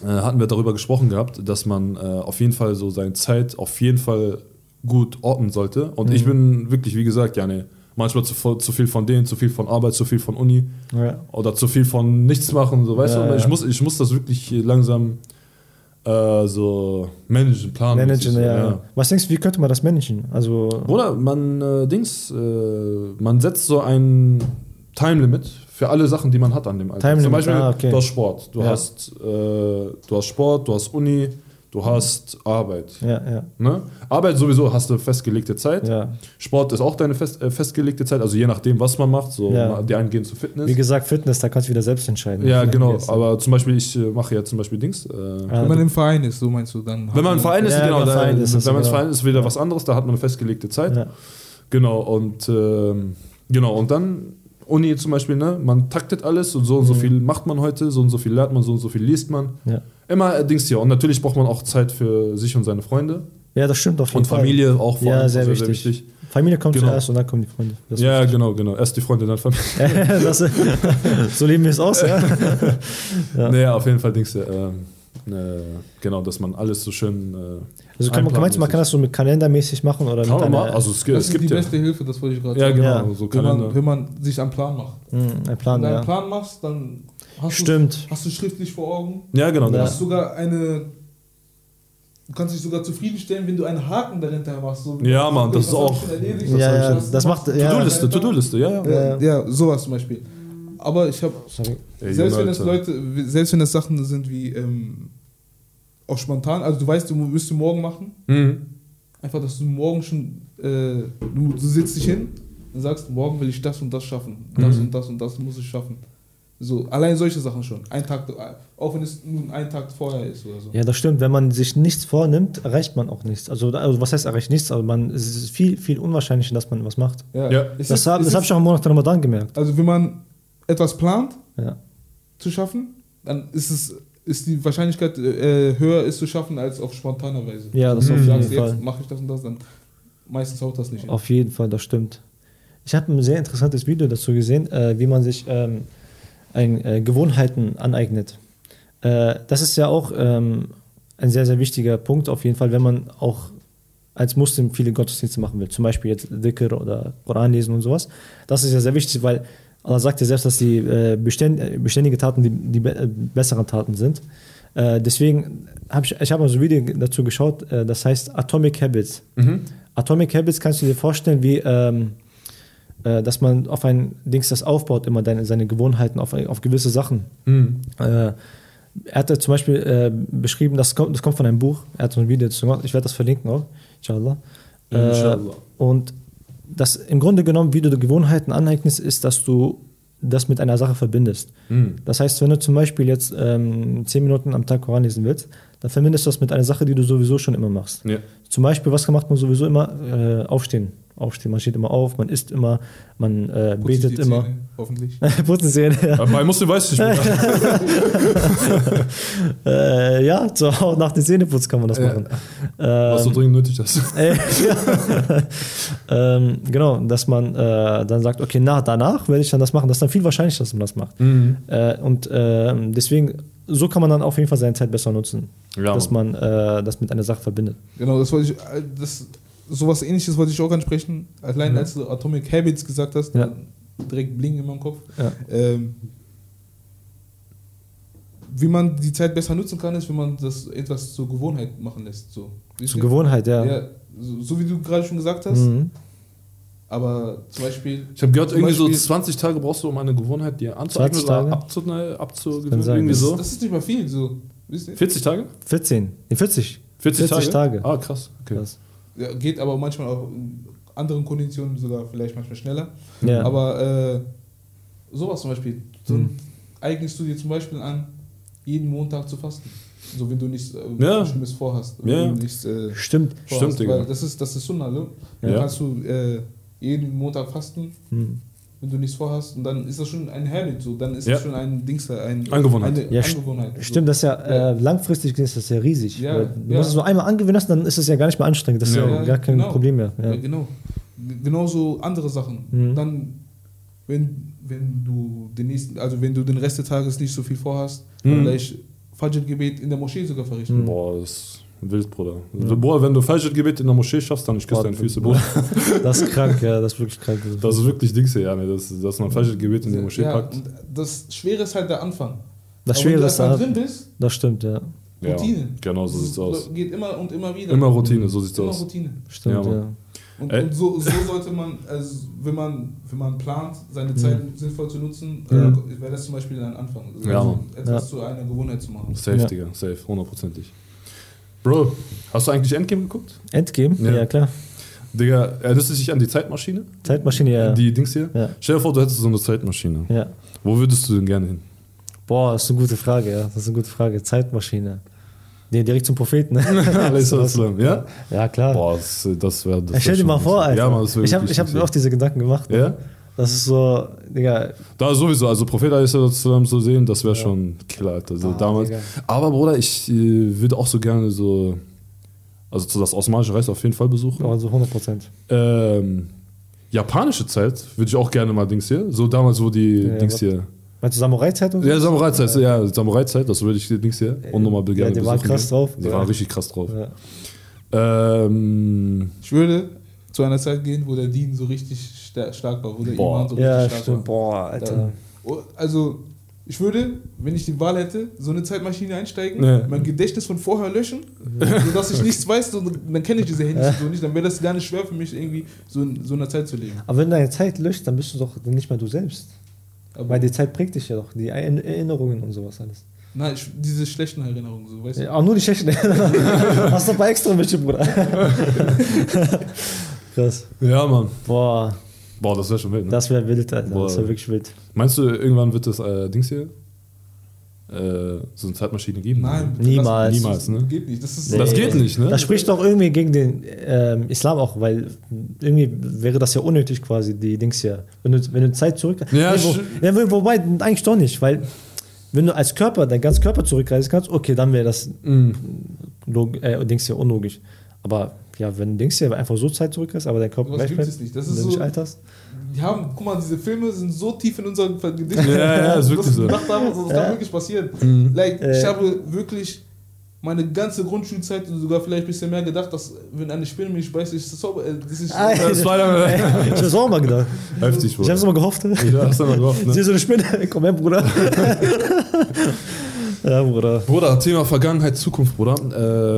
Speaker 1: äh, hatten wir darüber gesprochen gehabt, dass man äh, auf jeden Fall so seine Zeit auf jeden Fall gut ordnen sollte. Und
Speaker 2: Mhm.
Speaker 1: ich bin wirklich, wie gesagt, ja, nee, manchmal zu, voll- zu viel von denen, zu viel von Arbeit, zu viel von Uni
Speaker 2: Ja.
Speaker 1: oder zu viel von nichts machen, so weißt
Speaker 2: Ja,
Speaker 1: du. Und Ich,
Speaker 2: ja.
Speaker 1: muss, ich muss das wirklich langsam äh, so managen, planen.
Speaker 2: Managen,
Speaker 1: so,
Speaker 2: ja, ja. Was denkst du, wie könnte man das managen? Also,
Speaker 1: Bruder, man äh, Dings, äh, man setzt so ein Time Limit für alle Sachen, die man hat an dem Alltag.
Speaker 2: Time
Speaker 1: Zum
Speaker 2: Limit,
Speaker 1: Beispiel,
Speaker 2: ah, okay.
Speaker 1: du hast Sport, du
Speaker 2: Ja.
Speaker 1: hast, äh, du hast Sport, du hast Uni, du hast Arbeit.
Speaker 2: ja, ja,
Speaker 1: Ne? Arbeit sowieso hast du festgelegte Zeit.
Speaker 2: ja.
Speaker 1: Sport ist auch deine fest, äh, festgelegte Zeit, also je nachdem, was man macht. So,
Speaker 2: Ja.
Speaker 1: ma- Die einen gehen zu Fitness.
Speaker 2: Wie gesagt, Fitness, da kannst du wieder selbst entscheiden.
Speaker 1: ja, genau.
Speaker 2: Jetzt.
Speaker 1: Aber zum Beispiel, ich äh, mache ja zum Beispiel Dings. Äh,
Speaker 2: Ja,
Speaker 3: Wenn man
Speaker 2: du-
Speaker 3: im im Verein ist, so meinst du dann.
Speaker 1: Wenn man im Verein ist,
Speaker 2: Ah. Ja,
Speaker 1: genau,
Speaker 2: wenn man
Speaker 1: da,
Speaker 2: Verein ist, das
Speaker 1: wenn man im
Speaker 2: ist
Speaker 1: Verein ist, wieder was anderes, da hat man eine festgelegte Zeit.
Speaker 2: ja.
Speaker 1: Genau, und ähm, genau, und dann Uni zum Beispiel, ne? Man taktet alles und so und so
Speaker 2: Mhm.
Speaker 1: viel macht man heute, so und so viel lernt man, so und so viel liest man.
Speaker 2: Ja.
Speaker 1: Immer äh, Dings hier. Und natürlich braucht man auch Zeit für sich und seine Freunde.
Speaker 2: ja, das stimmt auf jeden
Speaker 1: Und
Speaker 2: Fall.
Speaker 1: Familie auch vor
Speaker 2: Ja,
Speaker 1: allem,
Speaker 2: sehr,
Speaker 1: also
Speaker 2: wichtig. Familie kommt
Speaker 1: Genau.
Speaker 2: zuerst und dann kommen die Freunde. Das
Speaker 1: Ja, genau, genau. Erst die Freunde, dann Familie.
Speaker 2: das, so leben wir es aus, ja. Ja.
Speaker 1: Naja, auf jeden Fall Dings hier. Ähm, äh, genau, dass man alles so schön. Äh,
Speaker 2: Also kann man, meinst du, man kann das so mit kalendermäßig machen oder
Speaker 1: kann
Speaker 2: mit
Speaker 1: man mal,
Speaker 2: einer-
Speaker 1: also es, gibt-
Speaker 3: Das
Speaker 1: es
Speaker 3: ist die
Speaker 1: gibt ja.
Speaker 3: beste Hilfe, das wollte ich gerade
Speaker 1: Ja, genau,
Speaker 2: Ja.
Speaker 1: so
Speaker 3: Wenn man,
Speaker 1: Kalender.
Speaker 3: wenn man sich einen Plan macht.
Speaker 2: Mh, ein
Speaker 3: Wenn
Speaker 2: hm, Plan,
Speaker 3: du einen
Speaker 2: ja.
Speaker 3: Plan machst, dann hast
Speaker 2: Stimmt.
Speaker 3: du hast du schriftlich vor Augen.
Speaker 1: Ja, genau,
Speaker 3: Du
Speaker 1: genau.
Speaker 2: Ja.
Speaker 3: hast sogar eine. Du kannst dich sogar zufriedenstellen, wenn du einen Haken dahinter machst. So,
Speaker 1: Ja, Mann, das ist
Speaker 3: was hab ich
Speaker 1: auch-
Speaker 3: schon erledigt,
Speaker 2: Ja,
Speaker 3: was hab ich
Speaker 2: ja,
Speaker 3: lassen
Speaker 2: das macht.
Speaker 3: gemacht?
Speaker 2: Ja.
Speaker 1: To-Do-Liste, To-Do-Liste, ja, ja.
Speaker 3: Ja, ja, sowas zum Beispiel. Aber ich habe
Speaker 2: Sorry.
Speaker 1: Ey,
Speaker 3: selbst
Speaker 1: Junge,
Speaker 3: wenn das
Speaker 1: Alter.
Speaker 3: Leute, selbst wenn das Sachen sind wie ähm, auch spontan, also du weißt, du wirst du morgen machen,
Speaker 1: Mhm.
Speaker 3: einfach, dass du morgen schon, äh, du, du sitzt dich hin und sagst, morgen will ich das und das schaffen, das
Speaker 1: Mhm.
Speaker 3: und das und das muss ich schaffen. So, allein solche Sachen schon. Ein Tag, auch wenn es nun ein Tag vorher ist oder so.
Speaker 2: Ja, das stimmt. Wenn man sich nichts vornimmt, erreicht man auch nichts. Also, also was heißt erreicht nichts? Also man, es ist viel, viel unwahrscheinlicher, dass man was macht.
Speaker 1: Ja.
Speaker 3: Es
Speaker 2: das
Speaker 3: ist-
Speaker 2: hab-
Speaker 3: es
Speaker 2: das habe
Speaker 3: ist-
Speaker 2: ich auch im Monat Ramadan gemerkt.
Speaker 3: Also wenn man etwas plant
Speaker 2: Ja.
Speaker 3: zu schaffen, dann ist es ist die Wahrscheinlichkeit äh, höher, es zu schaffen, als auf spontaner Weise.
Speaker 2: Ja, das
Speaker 3: Wenn
Speaker 2: auf
Speaker 3: du
Speaker 2: jeden
Speaker 3: Mhm. sagst,
Speaker 2: Fall.
Speaker 3: jetzt mache ich das und das, dann meistens haut das nicht. hin.
Speaker 2: Auf jeden Fall, das stimmt. Ich habe ein sehr interessantes Video dazu gesehen, äh, wie man sich ähm, ein, äh, Gewohnheiten aneignet. Äh, das ist ja auch ähm, ein sehr, sehr wichtiger Punkt, auf jeden Fall, wenn man auch als Muslim viele Gottesdienste machen will. Zum Beispiel jetzt Dhikr oder Koran lesen und sowas. Das ist ja sehr wichtig, weil Allah sagt ja selbst, dass die äh, beständ, äh, beständige Taten die, die be äh, besseren Taten sind. Äh, deswegen habe ich, ich hab mal so ein Video dazu geschaut, äh, das heißt Atomic Habits.
Speaker 1: Mhm.
Speaker 2: Atomic Habits kannst du dir vorstellen, wie ähm, äh, dass man auf ein Dings das aufbaut, immer deine, seine Gewohnheiten auf, auf gewisse Sachen.
Speaker 1: Mhm.
Speaker 2: Äh, er hat ja zum Beispiel äh, beschrieben, das kommt, das kommt von einem Buch, er hat so ein Video dazu gemacht, ich werde das verlinken auch, inshallah. Äh,
Speaker 1: Inshallah.
Speaker 2: Und das im Grunde genommen, wie du die Gewohnheiten aneignest, ist, dass du das mit einer Sache verbindest.
Speaker 1: Mhm.
Speaker 2: Das heißt, wenn du zum Beispiel jetzt ähm, 10 Minuten am Tag Koran lesen willst, dann verbindest du das mit einer Sache, die du sowieso schon immer machst.
Speaker 1: Ja.
Speaker 2: Zum Beispiel, was macht man sowieso immer? Äh, aufstehen. Aufstehen. Man steht immer auf, man isst immer, man äh,
Speaker 3: Putz
Speaker 2: betet
Speaker 3: die
Speaker 2: immer.
Speaker 3: Zähne, hoffentlich.
Speaker 2: Putzen Zähne. ja.
Speaker 1: Aber Bei Muslim weiß ich nicht. mehr.
Speaker 2: Äh, ja, so, auch nach dem Zähneputz kann man das
Speaker 1: Ja.
Speaker 2: machen.
Speaker 1: Was so
Speaker 2: Ähm,
Speaker 1: dringend nötig ist.
Speaker 2: äh, ähm, genau, dass man äh, dann sagt, okay, na, danach werde ich dann das machen. Das ist dann viel wahrscheinlicher, dass man das macht.
Speaker 1: Mhm.
Speaker 2: Äh, und ähm, deswegen, so kann man dann auf jeden Fall seine Zeit besser nutzen,
Speaker 1: Ja,
Speaker 2: dass man äh, das mit einer Sache verbindet.
Speaker 3: Genau, das wollte ich, äh, das, sowas ähnliches wollte ich auch ansprechen. Allein als du Atomic Habits gesagt hast,
Speaker 2: Ja.
Speaker 3: direkt bling in meinem Kopf.
Speaker 2: Ja.
Speaker 3: Ähm, wie man die Zeit besser nutzen kann, ist, wenn man das etwas zur Gewohnheit machen lässt. So. Wisst
Speaker 2: Zur
Speaker 3: ihr?
Speaker 2: Gewohnheit, ja.
Speaker 3: Ja, so, so wie du gerade schon gesagt hast,
Speaker 2: Mhm.
Speaker 3: aber zum Beispiel.
Speaker 1: Ich habe gehört,
Speaker 3: Zum
Speaker 1: irgendwie so
Speaker 3: Beispiel-
Speaker 1: 20 Tage brauchst du, um eine Gewohnheit dir anzueignen
Speaker 2: 20
Speaker 1: oder
Speaker 2: Tage?
Speaker 1: abzune-
Speaker 2: Kann
Speaker 1: abzugewöhnen.
Speaker 2: sein,
Speaker 1: Irgendwie
Speaker 2: das-
Speaker 1: so.
Speaker 3: Das ist nicht mal viel, so. Wisst ihr?
Speaker 1: 40 Tage?
Speaker 2: 14, nee, 40.
Speaker 1: 40,
Speaker 2: 40 Tage.
Speaker 1: Ah, krass. Okay.
Speaker 2: Das.
Speaker 3: Ja, geht aber manchmal auch in anderen Konditionen sogar vielleicht manchmal schneller.
Speaker 2: Ja.
Speaker 3: Aber äh, sowas zum Beispiel. So
Speaker 1: Hm.
Speaker 2: Mhm.
Speaker 3: Eignest du dir zum Beispiel an, jeden Montag zu fasten. So wenn du nichts äh,
Speaker 1: Ja.
Speaker 3: Schlimmes vorhast.
Speaker 1: Ja.
Speaker 3: Wenn du nichts, äh,
Speaker 2: Stimmt.
Speaker 1: Stimmt,
Speaker 3: vorhast.
Speaker 1: Digga.
Speaker 3: Weil das ist, das ist Sunnah, ne? Dann
Speaker 1: Ja.
Speaker 3: kannst du äh, jeden Montag fasten,
Speaker 2: Hm.
Speaker 3: wenn du nichts vorhast. Und dann ist das schon ein Habit. So. Dann ist
Speaker 1: Ja.
Speaker 3: das schon ein Dings, ein,
Speaker 1: Angewohnheit.
Speaker 3: eine
Speaker 2: Ja, st-
Speaker 3: Angewohnheit. so.
Speaker 2: Stimmt, das ist ja,
Speaker 3: Ja.
Speaker 2: Äh, langfristig gesehen ist das ja riesig.
Speaker 3: Ja,
Speaker 2: weil du
Speaker 3: ja.
Speaker 2: musst es nur einmal angewöhnen lassen, dann ist es ja gar nicht mehr anstrengend. Das ist ja,
Speaker 1: Ja,
Speaker 2: gar kein
Speaker 3: genau.
Speaker 2: Problem mehr.
Speaker 3: Ja.
Speaker 2: Ja.
Speaker 3: genau. G- Genauso andere Sachen.
Speaker 2: Mhm.
Speaker 3: Dann, wenn, wenn du den nächsten, also wenn du den Rest des Tages nicht so viel vorhast,
Speaker 1: Mhm.
Speaker 3: vielleicht Fajr-Gebet in der Moschee sogar
Speaker 2: Hm.
Speaker 3: verrichten.
Speaker 2: Mhm.
Speaker 1: Boah, das ist wild, Bruder. Boah, wenn du falsches Gebet in der Moschee schaffst, dann ich küsse
Speaker 2: Boah,
Speaker 1: deine Füße,
Speaker 2: Bruder.
Speaker 1: Bruder.
Speaker 2: Das ist krank, ja, das ist wirklich krank.
Speaker 1: Das ist wirklich Dings hier, Jane, dass, dass man falsches Gebet in die Moschee
Speaker 3: ja,
Speaker 1: packt.
Speaker 3: und Das Schwere ist halt der Anfang.
Speaker 2: das
Speaker 3: Aber wenn
Speaker 2: Schwere
Speaker 3: du
Speaker 2: ist, halt-
Speaker 3: erstmal
Speaker 2: da-
Speaker 3: drin bist,
Speaker 2: das stimmt, ja.
Speaker 1: Ja,
Speaker 3: Routine.
Speaker 1: genau so sieht's aus.
Speaker 3: Geht immer und immer wieder.
Speaker 1: Immer Routine, so sieht's
Speaker 3: Immer
Speaker 1: aus. Äh.
Speaker 3: Routine.
Speaker 2: Stimmt,
Speaker 1: Ja,
Speaker 2: ja.
Speaker 3: Und,
Speaker 1: Ey.
Speaker 3: und so, so sollte man, also wenn man, wenn man plant, seine Zeit sinnvoll zu nutzen,
Speaker 2: Mhm.
Speaker 3: äh, wäre das zum Beispiel ein Anfang. Also
Speaker 1: Ja,
Speaker 3: etwas
Speaker 2: Ja.
Speaker 3: zu einer Gewohnheit zu machen.
Speaker 1: Safe,
Speaker 2: Ja.
Speaker 1: Digga, safe, hundertprozentig. Bro, hast du eigentlich Endgame geguckt?
Speaker 2: Endgame?
Speaker 1: Ja.
Speaker 2: Ja. klar.
Speaker 1: Digga, erinnerst du dich an die Zeitmaschine?
Speaker 2: Zeitmaschine, ja.
Speaker 1: Die Dings hier?
Speaker 2: ja.
Speaker 1: Stell dir vor, du hättest so eine Zeitmaschine.
Speaker 2: ja.
Speaker 1: Wo würdest du denn gerne hin?
Speaker 2: Boah, das ist eine gute Frage, ja. Das ist eine gute Frage. Zeitmaschine. Nee, direkt zum Propheten.
Speaker 1: Alayhi ja?
Speaker 2: ja, klar.
Speaker 1: Boah, das, das wäre. Das wär
Speaker 2: Ey, Stell dir
Speaker 1: schon
Speaker 2: mal vor,
Speaker 1: witzig.
Speaker 2: Alter.
Speaker 1: Ja, Mann, das wär
Speaker 2: ich habe
Speaker 1: wirklich
Speaker 2: ich hab mir
Speaker 1: witzig.
Speaker 2: auch diese Gedanken gemacht. ne?
Speaker 1: Ja?
Speaker 2: Das ist so, Digga,
Speaker 1: Da sowieso, also Prophet Alaihissalam zu sehen, das wäre schon killer, Alter. Also
Speaker 2: Ah,
Speaker 1: damals.
Speaker 2: Digga.
Speaker 1: Aber Bruder, ich äh, würde auch so gerne so. Also zu das Osmanische Reich auf jeden Fall besuchen.
Speaker 2: also 100 Prozent.
Speaker 1: Ähm, japanische Zeit würde ich auch gerne mal Dings hier. So damals, wo die
Speaker 2: Ja,
Speaker 1: Dings
Speaker 2: was-
Speaker 1: hier.
Speaker 2: Meinst du Samurai-Zeit und so?
Speaker 1: Ja, Samurai-Zeit, ja, Samurai-Zeit, das würde ich Dings hier. Und nochmal
Speaker 2: Ja,
Speaker 1: gerne
Speaker 2: die
Speaker 1: besuchen.
Speaker 2: waren krass drauf.
Speaker 1: Die
Speaker 2: Ja.
Speaker 1: waren richtig krass drauf.
Speaker 2: Ja.
Speaker 1: Ähm,
Speaker 3: Ich würde zu einer Zeit gehen, wo der Dien so richtig sta- stark war, wo der
Speaker 1: Boah.
Speaker 3: Iman so richtig
Speaker 2: Ja,
Speaker 3: stark
Speaker 2: stimmt. Boah,
Speaker 3: war.
Speaker 2: Alter.
Speaker 3: Dann, Oh, also, ich würde, wenn ich die Wahl hätte, so eine Zeitmaschine einsteigen,
Speaker 1: Ja.
Speaker 3: mein Gedächtnis von vorher löschen, sodass ich nichts weiß, so, dann kenne ich diese Handys so nicht, dann wäre das gar nicht schwer für mich, irgendwie so in so einer Zeit zu leben.
Speaker 2: Aber wenn du deine Zeit löscht, dann bist du doch nicht mehr du selbst.
Speaker 3: Aber
Speaker 2: Weil die Zeit prägt dich ja doch, die Ein- Erinnerungen und sowas alles.
Speaker 3: nein, ich, diese schlechten Erinnerungen, so, weißt du?
Speaker 2: Ja, auch nur die schlechten Erinnerungen. Hast du ein paar extra welche, Bruder. Krass.
Speaker 1: ja, Mann.
Speaker 2: Boah.
Speaker 1: Boah, das wäre schon wild, ne?
Speaker 2: Das wäre wild, Alter.
Speaker 1: Boah.
Speaker 2: Das wäre wirklich wild.
Speaker 1: Meinst du, irgendwann wird das äh, Dings hier äh, so eine Zeitmaschine geben?
Speaker 3: Nein,
Speaker 1: Oder?
Speaker 3: das-
Speaker 2: Niemals.
Speaker 1: Niemals, ne?
Speaker 3: Geht nicht. Das ist
Speaker 1: Das geht nicht, ne?
Speaker 2: Das spricht doch irgendwie gegen den ähm, Islam auch, weil irgendwie wäre das ja unnötig quasi, die Dings hier. Wenn du, wenn du Zeit zurück...
Speaker 1: Ja,
Speaker 2: nee, wo,
Speaker 1: sch-
Speaker 2: ja, wo- wobei, eigentlich doch nicht, weil wenn du als Körper, dein ganzen Körper zurückreisen kannst, okay, dann wäre das
Speaker 1: Mhm.
Speaker 2: log- äh, Dings hier unlogisch. Aber ja, wenn du Dings hier einfach so Zeit zurückreist, aber dein Körper
Speaker 3: Sowas
Speaker 2: gleich
Speaker 3: gibt
Speaker 2: bleibt,
Speaker 3: es nicht. Das
Speaker 2: wenn
Speaker 3: ist
Speaker 2: du
Speaker 3: so-
Speaker 2: nicht alterst.
Speaker 3: Die haben, guck mal, diese Filme sind so tief in unserem Gedicht.
Speaker 1: Ja, ja, ist wirklich so.
Speaker 3: Das, das, das
Speaker 2: Ja.
Speaker 3: kann wirklich passieren. Like,
Speaker 2: Äh.
Speaker 3: Ich habe wirklich meine ganze Grundschulzeit und sogar vielleicht ein bisschen mehr gedacht, dass wenn eine Spinne mich beißt, ich sauber. Äh, das ist
Speaker 2: Ah,
Speaker 1: Das war dann
Speaker 2: Ich hab's auch mal gedacht.
Speaker 1: heftig,
Speaker 2: Ich hab's
Speaker 1: Bruder.
Speaker 2: mal gehofft.
Speaker 1: Ja, hast du mal gehofft, ne?
Speaker 2: Sieh so eine Spinne. Komm her, Bruder. ja, Bruder.
Speaker 1: Bruder, Thema Vergangenheit, Zukunft, Bruder.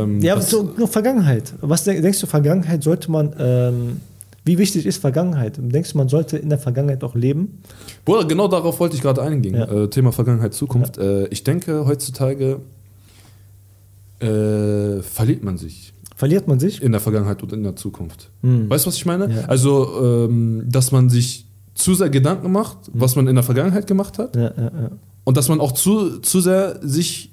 Speaker 1: Ähm,
Speaker 2: Ja, aber
Speaker 1: das-
Speaker 2: so, nur Vergangenheit. Was denk- denkst du, Vergangenheit sollte man, ähm, wie wichtig ist Vergangenheit? Denkst du, man sollte in der Vergangenheit auch leben?
Speaker 1: Bruder, genau darauf wollte ich gerade eingehen.
Speaker 2: Ja.
Speaker 1: Äh, Thema Vergangenheit, Zukunft. Äh, ich denke, heutzutage äh, verliert man sich
Speaker 2: Verliert man sich?
Speaker 1: in der Vergangenheit und in der Zukunft.
Speaker 2: Hm.
Speaker 1: Weißt du, was ich meine?
Speaker 2: Ja.
Speaker 1: Also, ähm, dass man sich zu sehr Gedanken macht,
Speaker 2: Mhm.
Speaker 1: was man in der Vergangenheit gemacht hat.
Speaker 2: Ja, ja, ja.
Speaker 1: Und dass man auch zu, zu sehr sich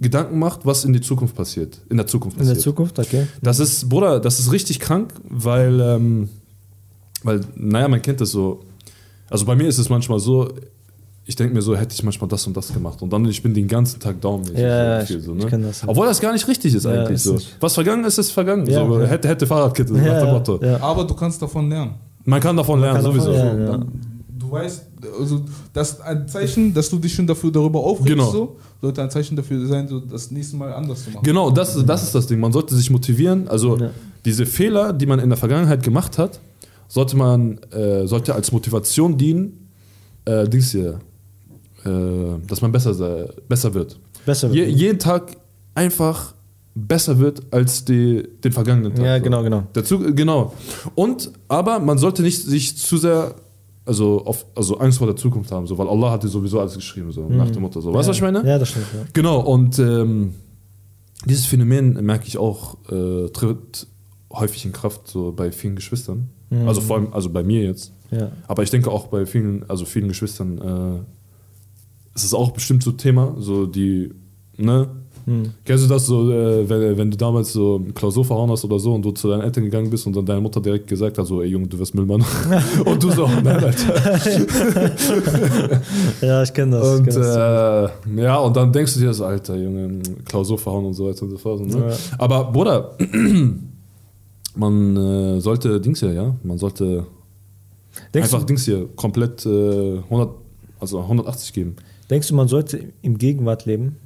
Speaker 1: Gedanken macht, was in die Zukunft passiert. In der Zukunft
Speaker 2: In
Speaker 1: passiert.
Speaker 2: der Zukunft, okay.
Speaker 1: Das ist, Bruder, das ist richtig krank, weil, ähm, weil, naja, man kennt das so. Also bei mir ist es manchmal so, ich denke mir so, hätte ich manchmal das und das gemacht. Und dann ich bin den ganzen Tag down. wenn ich
Speaker 2: Ja,
Speaker 1: das Gefühl
Speaker 2: ich-
Speaker 1: so, ne?
Speaker 2: ich kenn das.
Speaker 1: Obwohl das gar nicht richtig ist
Speaker 2: Ja,
Speaker 1: eigentlich
Speaker 2: ist
Speaker 1: so.
Speaker 2: nicht.
Speaker 1: Was vergangen ist, ist vergangen.
Speaker 2: Ja,
Speaker 1: so,
Speaker 2: ja.
Speaker 1: Hätte, hätte Fahrradkette, so nach dem Motto.
Speaker 2: ja.
Speaker 3: Aber du kannst davon lernen.
Speaker 1: Man kann davon lernen,
Speaker 2: kann
Speaker 1: sowieso.
Speaker 2: davon lernen, ja.
Speaker 3: Du weißt, also das ist ein Zeichen, dass du dich schon dafür darüber aufregst,
Speaker 1: Genau.
Speaker 3: so, sollte ein Zeichen dafür sein, so das nächste Mal anders zu machen.
Speaker 1: Genau, das, das ist das Ding. Man sollte sich motivieren. Also
Speaker 2: Ja.
Speaker 1: diese Fehler, die man in der Vergangenheit gemacht hat, sollte man äh, sollte als Motivation dienen, äh, Dings hier, äh, dass man besser, sei, besser wird.
Speaker 2: Besser.
Speaker 1: Je, jeden Tag einfach besser wird als die, den vergangenen Tag.
Speaker 2: ja,
Speaker 1: so.
Speaker 2: genau, genau.
Speaker 1: Dazu, genau. Und, aber man sollte nicht sich zu sehr, also, auf, also Angst vor der Zukunft haben, so, weil Allah hat dir sowieso alles geschrieben, so, nach dem Motto. So. Weißt du, was
Speaker 2: Mhm. ja.
Speaker 1: ich meine?
Speaker 2: Ja, das stimmt. Ja.
Speaker 1: Genau, und ähm, dieses Phänomen merke ich auch, äh, tritt häufig in Kraft so bei vielen Geschwistern.
Speaker 2: Mhm.
Speaker 1: Also vor allem, also bei mir jetzt.
Speaker 2: Ja.
Speaker 1: Aber ich denke auch bei vielen, also vielen Geschwistern äh, ist es auch bestimmt so ein Thema, so die, ne?
Speaker 2: Hm.
Speaker 1: Kennst du das so, äh, wenn, wenn du damals so Klausur verhauen hast oder so und du zu deinen Eltern gegangen bist und dann deine Mutter direkt gesagt hat, so, ey Junge, du wirst Müllmann. und du so, nein, Alter.
Speaker 2: ja, ich kenne das. ich
Speaker 1: Und
Speaker 2: kenn das.
Speaker 1: äh, ja, und dann denkst du dir so, Alter, Junge, Klausur verhauen und so weiter und so fort. Ne?
Speaker 2: Ja.
Speaker 1: Aber Bruder, man äh, sollte Dings hier, ja, man sollte
Speaker 2: denkst,
Speaker 1: einfach
Speaker 2: du,
Speaker 1: Dings hier komplett äh, 100, also 180 geben.
Speaker 2: denkst du, man sollte im Gegenwart leben?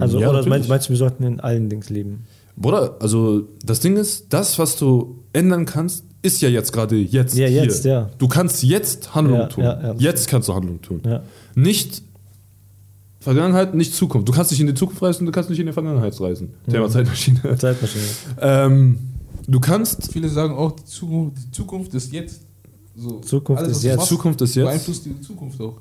Speaker 2: Also,
Speaker 1: Ja,
Speaker 2: oder meinst,
Speaker 1: natürlich.
Speaker 2: meinst du, wir sollten in allen Dings leben?
Speaker 1: Bruder, also das Ding ist, das, was du ändern kannst, ist ja jetzt gerade jetzt.
Speaker 2: Ja,
Speaker 1: hier.
Speaker 2: jetzt, ja.
Speaker 1: Du kannst jetzt Handlung
Speaker 2: Ja,
Speaker 1: tun.
Speaker 2: ja, ja.
Speaker 1: jetzt kannst du Handlung tun.
Speaker 2: Ja.
Speaker 1: Nicht Vergangenheit, nicht Zukunft. Du kannst nicht in die Zukunft reisen, du kannst nicht in die Vergangenheit reisen.
Speaker 2: Mhm.
Speaker 1: Thema Zeitmaschine.
Speaker 2: Zeitmaschine.
Speaker 1: Ähm, du kannst.
Speaker 3: Viele sagen auch, die Zukunft, die Zukunft ist jetzt. So,
Speaker 2: Zukunft ist
Speaker 3: was du
Speaker 2: jetzt.
Speaker 3: machst,
Speaker 1: Zukunft ist jetzt.
Speaker 3: Beeinflusst die Zukunft auch.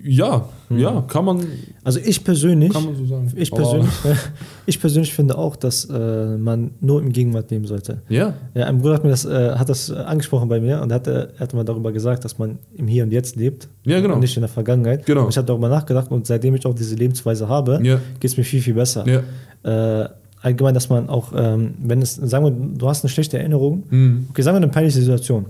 Speaker 1: Ja, ja, kann man,
Speaker 2: Also, Hm. ich persönlich.
Speaker 1: kann man so sagen.
Speaker 2: Ich
Speaker 1: Aber-
Speaker 2: persönlich, ich persönlich finde auch, dass äh, man nur im Gegenwart leben sollte.
Speaker 1: Ja,
Speaker 2: Ja, ein Bruder hat mir das, äh, hat das äh, angesprochen bei mir und hat, äh, hat mal darüber gesagt, dass man im Hier und Jetzt lebt.
Speaker 1: Ja, genau.
Speaker 2: Und nicht in der Vergangenheit.
Speaker 1: Genau.
Speaker 2: Und ich habe darüber nachgedacht und seitdem ich auch diese Lebensweise habe,
Speaker 1: Ja.
Speaker 2: geht es mir viel, viel besser.
Speaker 1: ja.
Speaker 2: Äh, allgemein, dass man auch, ähm, wenn es, sagen wir, du hast eine schlechte Erinnerung,
Speaker 1: Hm.
Speaker 2: okay, sagen wir eine peinliche Situation,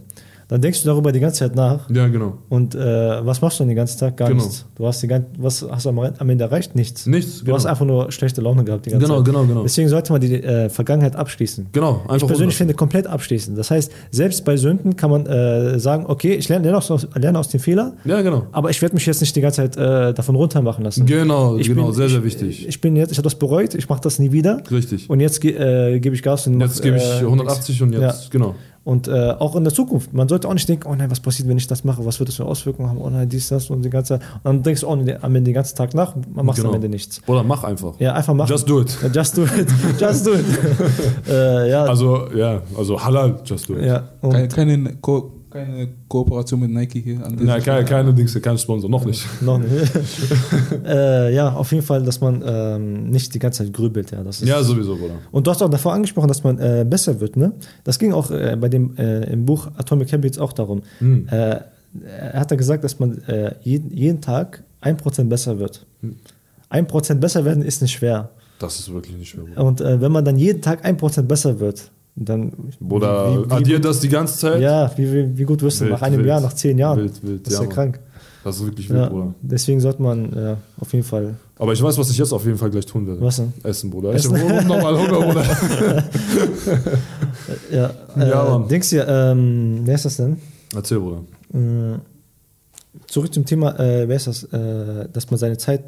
Speaker 2: dann denkst du darüber die ganze Zeit nach
Speaker 1: Ja, genau.
Speaker 2: und äh, was machst du denn den ganzen Tag? Gar
Speaker 1: Genau.
Speaker 2: nichts. Du hast die ganze, was hast du am, am Ende erreicht? Nichts.
Speaker 1: Nichts,
Speaker 2: Du
Speaker 1: genau.
Speaker 2: hast einfach nur schlechte Laune gehabt die ganze
Speaker 1: Genau,
Speaker 2: Zeit.
Speaker 1: genau, genau.
Speaker 2: Deswegen sollte man die äh, Vergangenheit abschließen.
Speaker 1: Genau, einfach
Speaker 2: Ich persönlich
Speaker 1: runter.
Speaker 2: finde komplett abschließen. Das heißt, selbst bei Sünden kann man äh, sagen, okay, ich lerne, lerne, aus, lerne aus den Fehlern,
Speaker 1: Ja, genau.
Speaker 2: aber ich werde mich jetzt nicht die ganze Zeit äh, davon runtermachen lassen.
Speaker 1: Genau,
Speaker 2: ich
Speaker 1: genau, sehr, sehr
Speaker 2: ich-
Speaker 1: wichtig.
Speaker 2: Ich bin jetzt, ich habe das bereut, ich mache das nie wieder.
Speaker 1: Richtig.
Speaker 2: Und jetzt ge- äh, gebe ich Gas und
Speaker 1: Jetzt
Speaker 2: mach,
Speaker 1: gebe ich
Speaker 2: äh,
Speaker 1: 180 und jetzt,
Speaker 2: Ja.
Speaker 1: genau.
Speaker 2: Und äh, auch in der Zukunft. Man sollte auch nicht denken, oh nein, was passiert, wenn ich das mache? Was wird das für Auswirkungen haben? Oh nein, dies, das und die ganze Zeit. Und dann denkst du oh, nee, am Ende den ganzen Tag nach, man macht
Speaker 1: genau.
Speaker 2: am Ende nichts.
Speaker 1: Oder mach einfach.
Speaker 2: Ja, einfach machen.
Speaker 1: Just do it.
Speaker 2: Ja, Just do it. Just do it. äh, ja,
Speaker 1: Also, ja, also halal, just do it.
Speaker 2: ja. Und,
Speaker 3: Keine, keine Ko keine Kooperation mit Nike hier an
Speaker 1: Na, keine, keine Dings, kein Sponsor, noch nicht.
Speaker 2: Noch nicht. äh, ja, auf jeden Fall, dass man ähm, nicht die ganze Zeit grübelt. Ja, das ist
Speaker 1: Ja, sowieso, Bruder.
Speaker 2: Und du hast auch davor angesprochen, dass man äh, besser wird. Ne? Das ging auch äh, bei dem äh, im Buch Atomic Habits auch darum.
Speaker 1: Mhm.
Speaker 2: Äh, er hat da gesagt, dass man äh, jeden, jeden Tag 1% besser wird. 1% besser werden ist nicht schwer.
Speaker 1: Das ist wirklich nicht schwer, Bruder.
Speaker 2: Und äh, wenn man dann jeden Tag 1% besser wird, dann.
Speaker 1: Bruder,
Speaker 2: wie- wie-
Speaker 1: addiert das die ganze Zeit?
Speaker 2: Ja, wie, wie, wie gut wirst du
Speaker 1: Wild,
Speaker 2: nach einem
Speaker 1: wild.
Speaker 2: Jahr, nach zehn Jahren?
Speaker 1: Wild, wild,
Speaker 2: das ist
Speaker 1: ja,
Speaker 2: ja,
Speaker 1: Mann.
Speaker 2: krank.
Speaker 1: Das ist wirklich wild,
Speaker 2: Ja,
Speaker 1: Bruder.
Speaker 2: deswegen sollte man äh, auf jeden Fall.
Speaker 1: Aber ich weiß, was ich jetzt auf jeden Fall gleich tun werde.
Speaker 2: Was denn?
Speaker 1: Essen, Bruder. Ich hab nochmal Hunger, Bruder.
Speaker 2: Ja, äh,
Speaker 1: Ja, Mann.
Speaker 2: Denkst du, ähm, wer ist das denn?
Speaker 1: Erzähl, Bruder.
Speaker 2: Äh, Zurück zum Thema, äh, wer ist das? Äh, dass man seine Zeit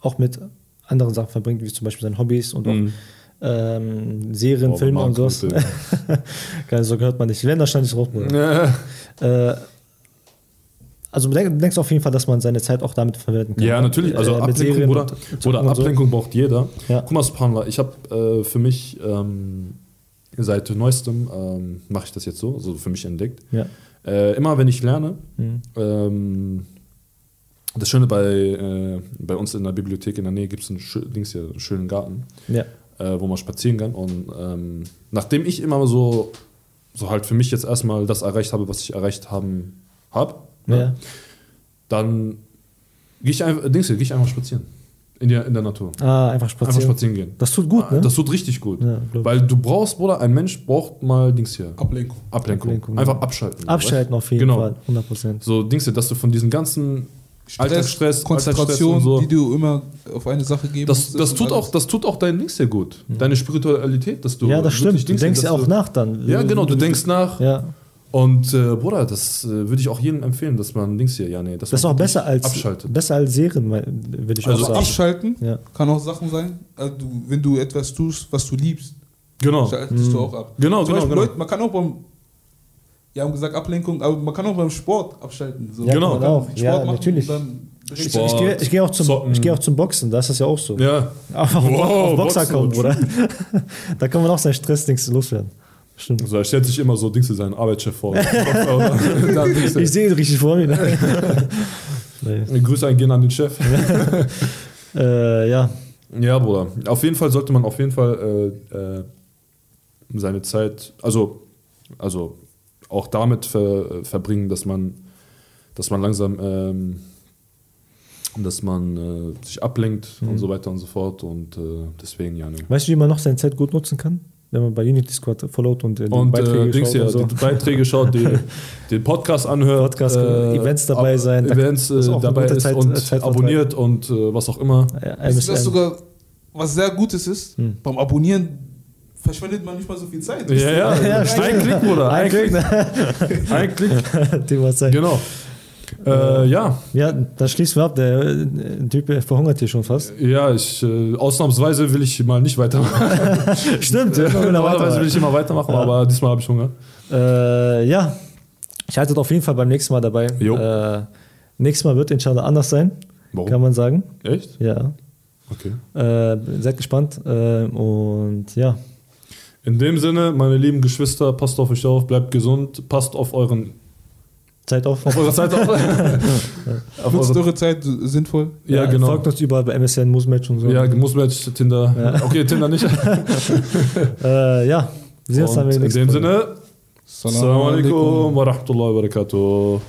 Speaker 2: auch mit anderen Sachen verbringt, wie zum Beispiel seine Hobbys und auch
Speaker 1: Mhm.
Speaker 2: ähm, Serien,
Speaker 1: Boah,
Speaker 2: Filme
Speaker 1: Marco,
Speaker 2: und sowas.
Speaker 1: bitte.
Speaker 2: Keine Sorge, hört man nicht. Die Länder stand nicht drauf, Bruder.
Speaker 1: Ja.
Speaker 2: Äh, also du denk- denkst auf jeden Fall, dass man seine Zeit auch damit verwerten kann.
Speaker 1: Ja, natürlich. Also
Speaker 2: Äh, mit
Speaker 1: Ablenkung,
Speaker 2: Serien
Speaker 1: Bruder.
Speaker 2: und Zocken
Speaker 1: Bruder,
Speaker 2: und so.
Speaker 1: Ablenkung braucht jeder.
Speaker 2: Ja.
Speaker 1: Guck mal, Subhanallah, ich habe äh, für mich ähm, seit neuestem, ähm, mache ich das jetzt so, also für mich entdeckt.
Speaker 2: Ja.
Speaker 1: Äh, immer wenn ich lerne,
Speaker 2: Mhm.
Speaker 1: ähm, das Schöne bei, äh, bei uns in der Bibliothek in der Nähe gibt es einen, schö- links hier, einen schönen Garten.
Speaker 2: ja.
Speaker 1: äh, wo man spazieren kann. Und ähm, nachdem ich immer so, so halt für mich jetzt erstmal das erreicht habe, was ich erreicht haben habe,
Speaker 2: Ja.
Speaker 1: ne, dann gehe ich einfach, Dings, hier, geh ich einfach spazieren. In der, in der Natur.
Speaker 2: Ah, einfach spazieren.
Speaker 1: Einfach spazieren gehen.
Speaker 2: Das tut gut, ne?
Speaker 1: Das tut richtig gut.
Speaker 2: Ja, glaub ich.
Speaker 1: Weil du brauchst, Bruder, ein Mensch braucht mal Dings hier.
Speaker 3: Ablenkung.
Speaker 1: Ablenkung.
Speaker 2: Ablenkung,
Speaker 1: einfach
Speaker 2: ja.
Speaker 1: abschalten.
Speaker 2: Abschalten
Speaker 1: weißt?
Speaker 2: auf jeden
Speaker 1: genau.
Speaker 2: Fall, 100 Prozent.
Speaker 1: So Dings hier, dass du von diesem ganzen Alltagsstress,
Speaker 3: Konzentration,
Speaker 1: Alltagsstress und so.
Speaker 3: die du immer auf eine Sache geben
Speaker 1: Das,
Speaker 3: musstest
Speaker 1: das,
Speaker 3: und
Speaker 1: tut
Speaker 3: alles.
Speaker 1: auch, das tut auch dein Dings sehr gut. Deine Spiritualität, dass du.
Speaker 2: ja, das
Speaker 1: wirklich
Speaker 2: stimmt. Du
Speaker 1: Dings hier,
Speaker 2: denkst
Speaker 1: dass
Speaker 2: ja auch
Speaker 1: du-
Speaker 2: nach dann.
Speaker 1: Ja, genau, du denkst nach.
Speaker 2: Ja.
Speaker 1: Und äh, Bruder, das äh, würde ich auch jedem empfehlen, dass man Dings hier, ja, nee, dass
Speaker 2: Das ist
Speaker 1: man
Speaker 2: auch besser als,
Speaker 1: abschaltet.
Speaker 2: besser als Serien, mein- würde ich
Speaker 1: Also
Speaker 2: auch
Speaker 3: Also
Speaker 2: sagen.
Speaker 3: abschalten
Speaker 2: Ja.
Speaker 3: kann auch Sachen sein, also du, wenn du etwas tust, was du liebst,
Speaker 1: Genau.
Speaker 3: schaltest du auch ab.
Speaker 1: Genau,
Speaker 3: Zum
Speaker 1: genau,
Speaker 3: Beispiel
Speaker 1: genau.
Speaker 3: Leute, man kann auch beim, ja, haben gesagt Ablenkung, aber man kann auch beim Sport abschalten. So.
Speaker 2: Ja,
Speaker 1: Genau.
Speaker 2: kann man auch. Ja, natürlich.
Speaker 3: und dann
Speaker 1: Sport.
Speaker 2: Ich gehe ich geh auch, zum-
Speaker 1: Zocken.
Speaker 2: ich geh auch zum Boxen, da ist das ja auch so.
Speaker 1: Ja.
Speaker 2: Auf, auf,
Speaker 1: Wow,
Speaker 2: auf Boxer
Speaker 1: Boxen,
Speaker 2: kommen, Bruder. da kann man auch sein Stressdings loswerden. Stimmt.
Speaker 1: Also er stellt sich immer so Dings hier seinen Arbeitschef vor. Dann Dings hier.
Speaker 2: Ich sehe ihn richtig vor mir. Ne? nee.
Speaker 1: Grüße eingehen an den Chef.
Speaker 2: äh, ja,
Speaker 1: Ja, Bruder. Auf jeden Fall sollte man auf jeden Fall äh, äh, seine Zeit, also, also auch damit ver, äh, verbringen, dass man, dass man langsam, ähm, dass man äh, sich ablenkt
Speaker 2: Mhm.
Speaker 1: und so weiter und so fort. Und äh, deswegen, ja, ne.
Speaker 2: weißt du, wie man noch seine Zeit gut nutzen kann? Wenn man bei Unity Squad followt und, äh, die
Speaker 1: Und äh,
Speaker 2: Beiträge
Speaker 1: Dings
Speaker 2: schaut
Speaker 1: hier,
Speaker 2: und so.
Speaker 1: die Beiträge schaut, die, den Podcast anhört. äh,
Speaker 2: Podcast, genau. Events dabei sein, da-
Speaker 1: Events äh,
Speaker 2: das ist auch eine
Speaker 1: dabei
Speaker 2: gute
Speaker 1: ist
Speaker 2: Zeit-
Speaker 1: und
Speaker 2: Zeit-
Speaker 1: abonniert und äh, was auch immer.
Speaker 2: Ja,
Speaker 3: ist das
Speaker 2: MSN.
Speaker 3: sogar, was sehr Gutes ist,
Speaker 2: Hm.
Speaker 3: beim Abonnieren verschwendet man nicht mal so viel Zeit.
Speaker 1: Ja, ja,
Speaker 2: Ja,
Speaker 1: ein
Speaker 2: stimmt.
Speaker 1: Klick, Bruder.
Speaker 2: Ein Klick,
Speaker 1: Ein Klick.
Speaker 2: Thema Zeit.
Speaker 1: Genau. Äh, ja,
Speaker 2: Ja, da schließen wir ab. Der äh, Typ verhungert hier schon fast.
Speaker 1: ja, ich äh, ausnahmsweise will ich mal nicht weitermachen.
Speaker 2: Stimmt, ja, wir können da
Speaker 1: Normalerweise will
Speaker 2: weitermachen.
Speaker 1: ich immer weitermachen,
Speaker 2: Ja.
Speaker 1: aber diesmal habe ich Hunger.
Speaker 2: Äh, ja, schaltet auf jeden Fall beim nächsten Mal dabei.
Speaker 1: Jo. Oh.
Speaker 2: Äh, nächstes Mal wird inshallah anders sein,
Speaker 1: Warum?
Speaker 2: kann man sagen.
Speaker 1: Echt?
Speaker 2: Ja.
Speaker 1: Okay.
Speaker 2: Äh, seid gespannt. Äh, und ja,
Speaker 1: In dem Sinne, meine lieben Geschwister, passt auf euch auf, bleibt gesund, passt auf euren
Speaker 2: Zeit auf.
Speaker 1: auf eure Zeit auf. auf
Speaker 3: Nutzt
Speaker 1: eure,
Speaker 3: eure Zeit sinnvoll.
Speaker 1: ja, genau.
Speaker 2: Folgt uns überall bei MSN, Moosmatch und so.
Speaker 1: Ja, muss man jetzt Tinder.
Speaker 2: Ja.
Speaker 1: Okay, Tinder nicht.
Speaker 2: äh, ja. wir sehen uns dann
Speaker 1: Und
Speaker 2: beim
Speaker 1: in
Speaker 2: nächsten
Speaker 1: dem
Speaker 2: Mal.
Speaker 1: Sinne, Assalamu alaikum wa rahmatullahi wa barakatuh.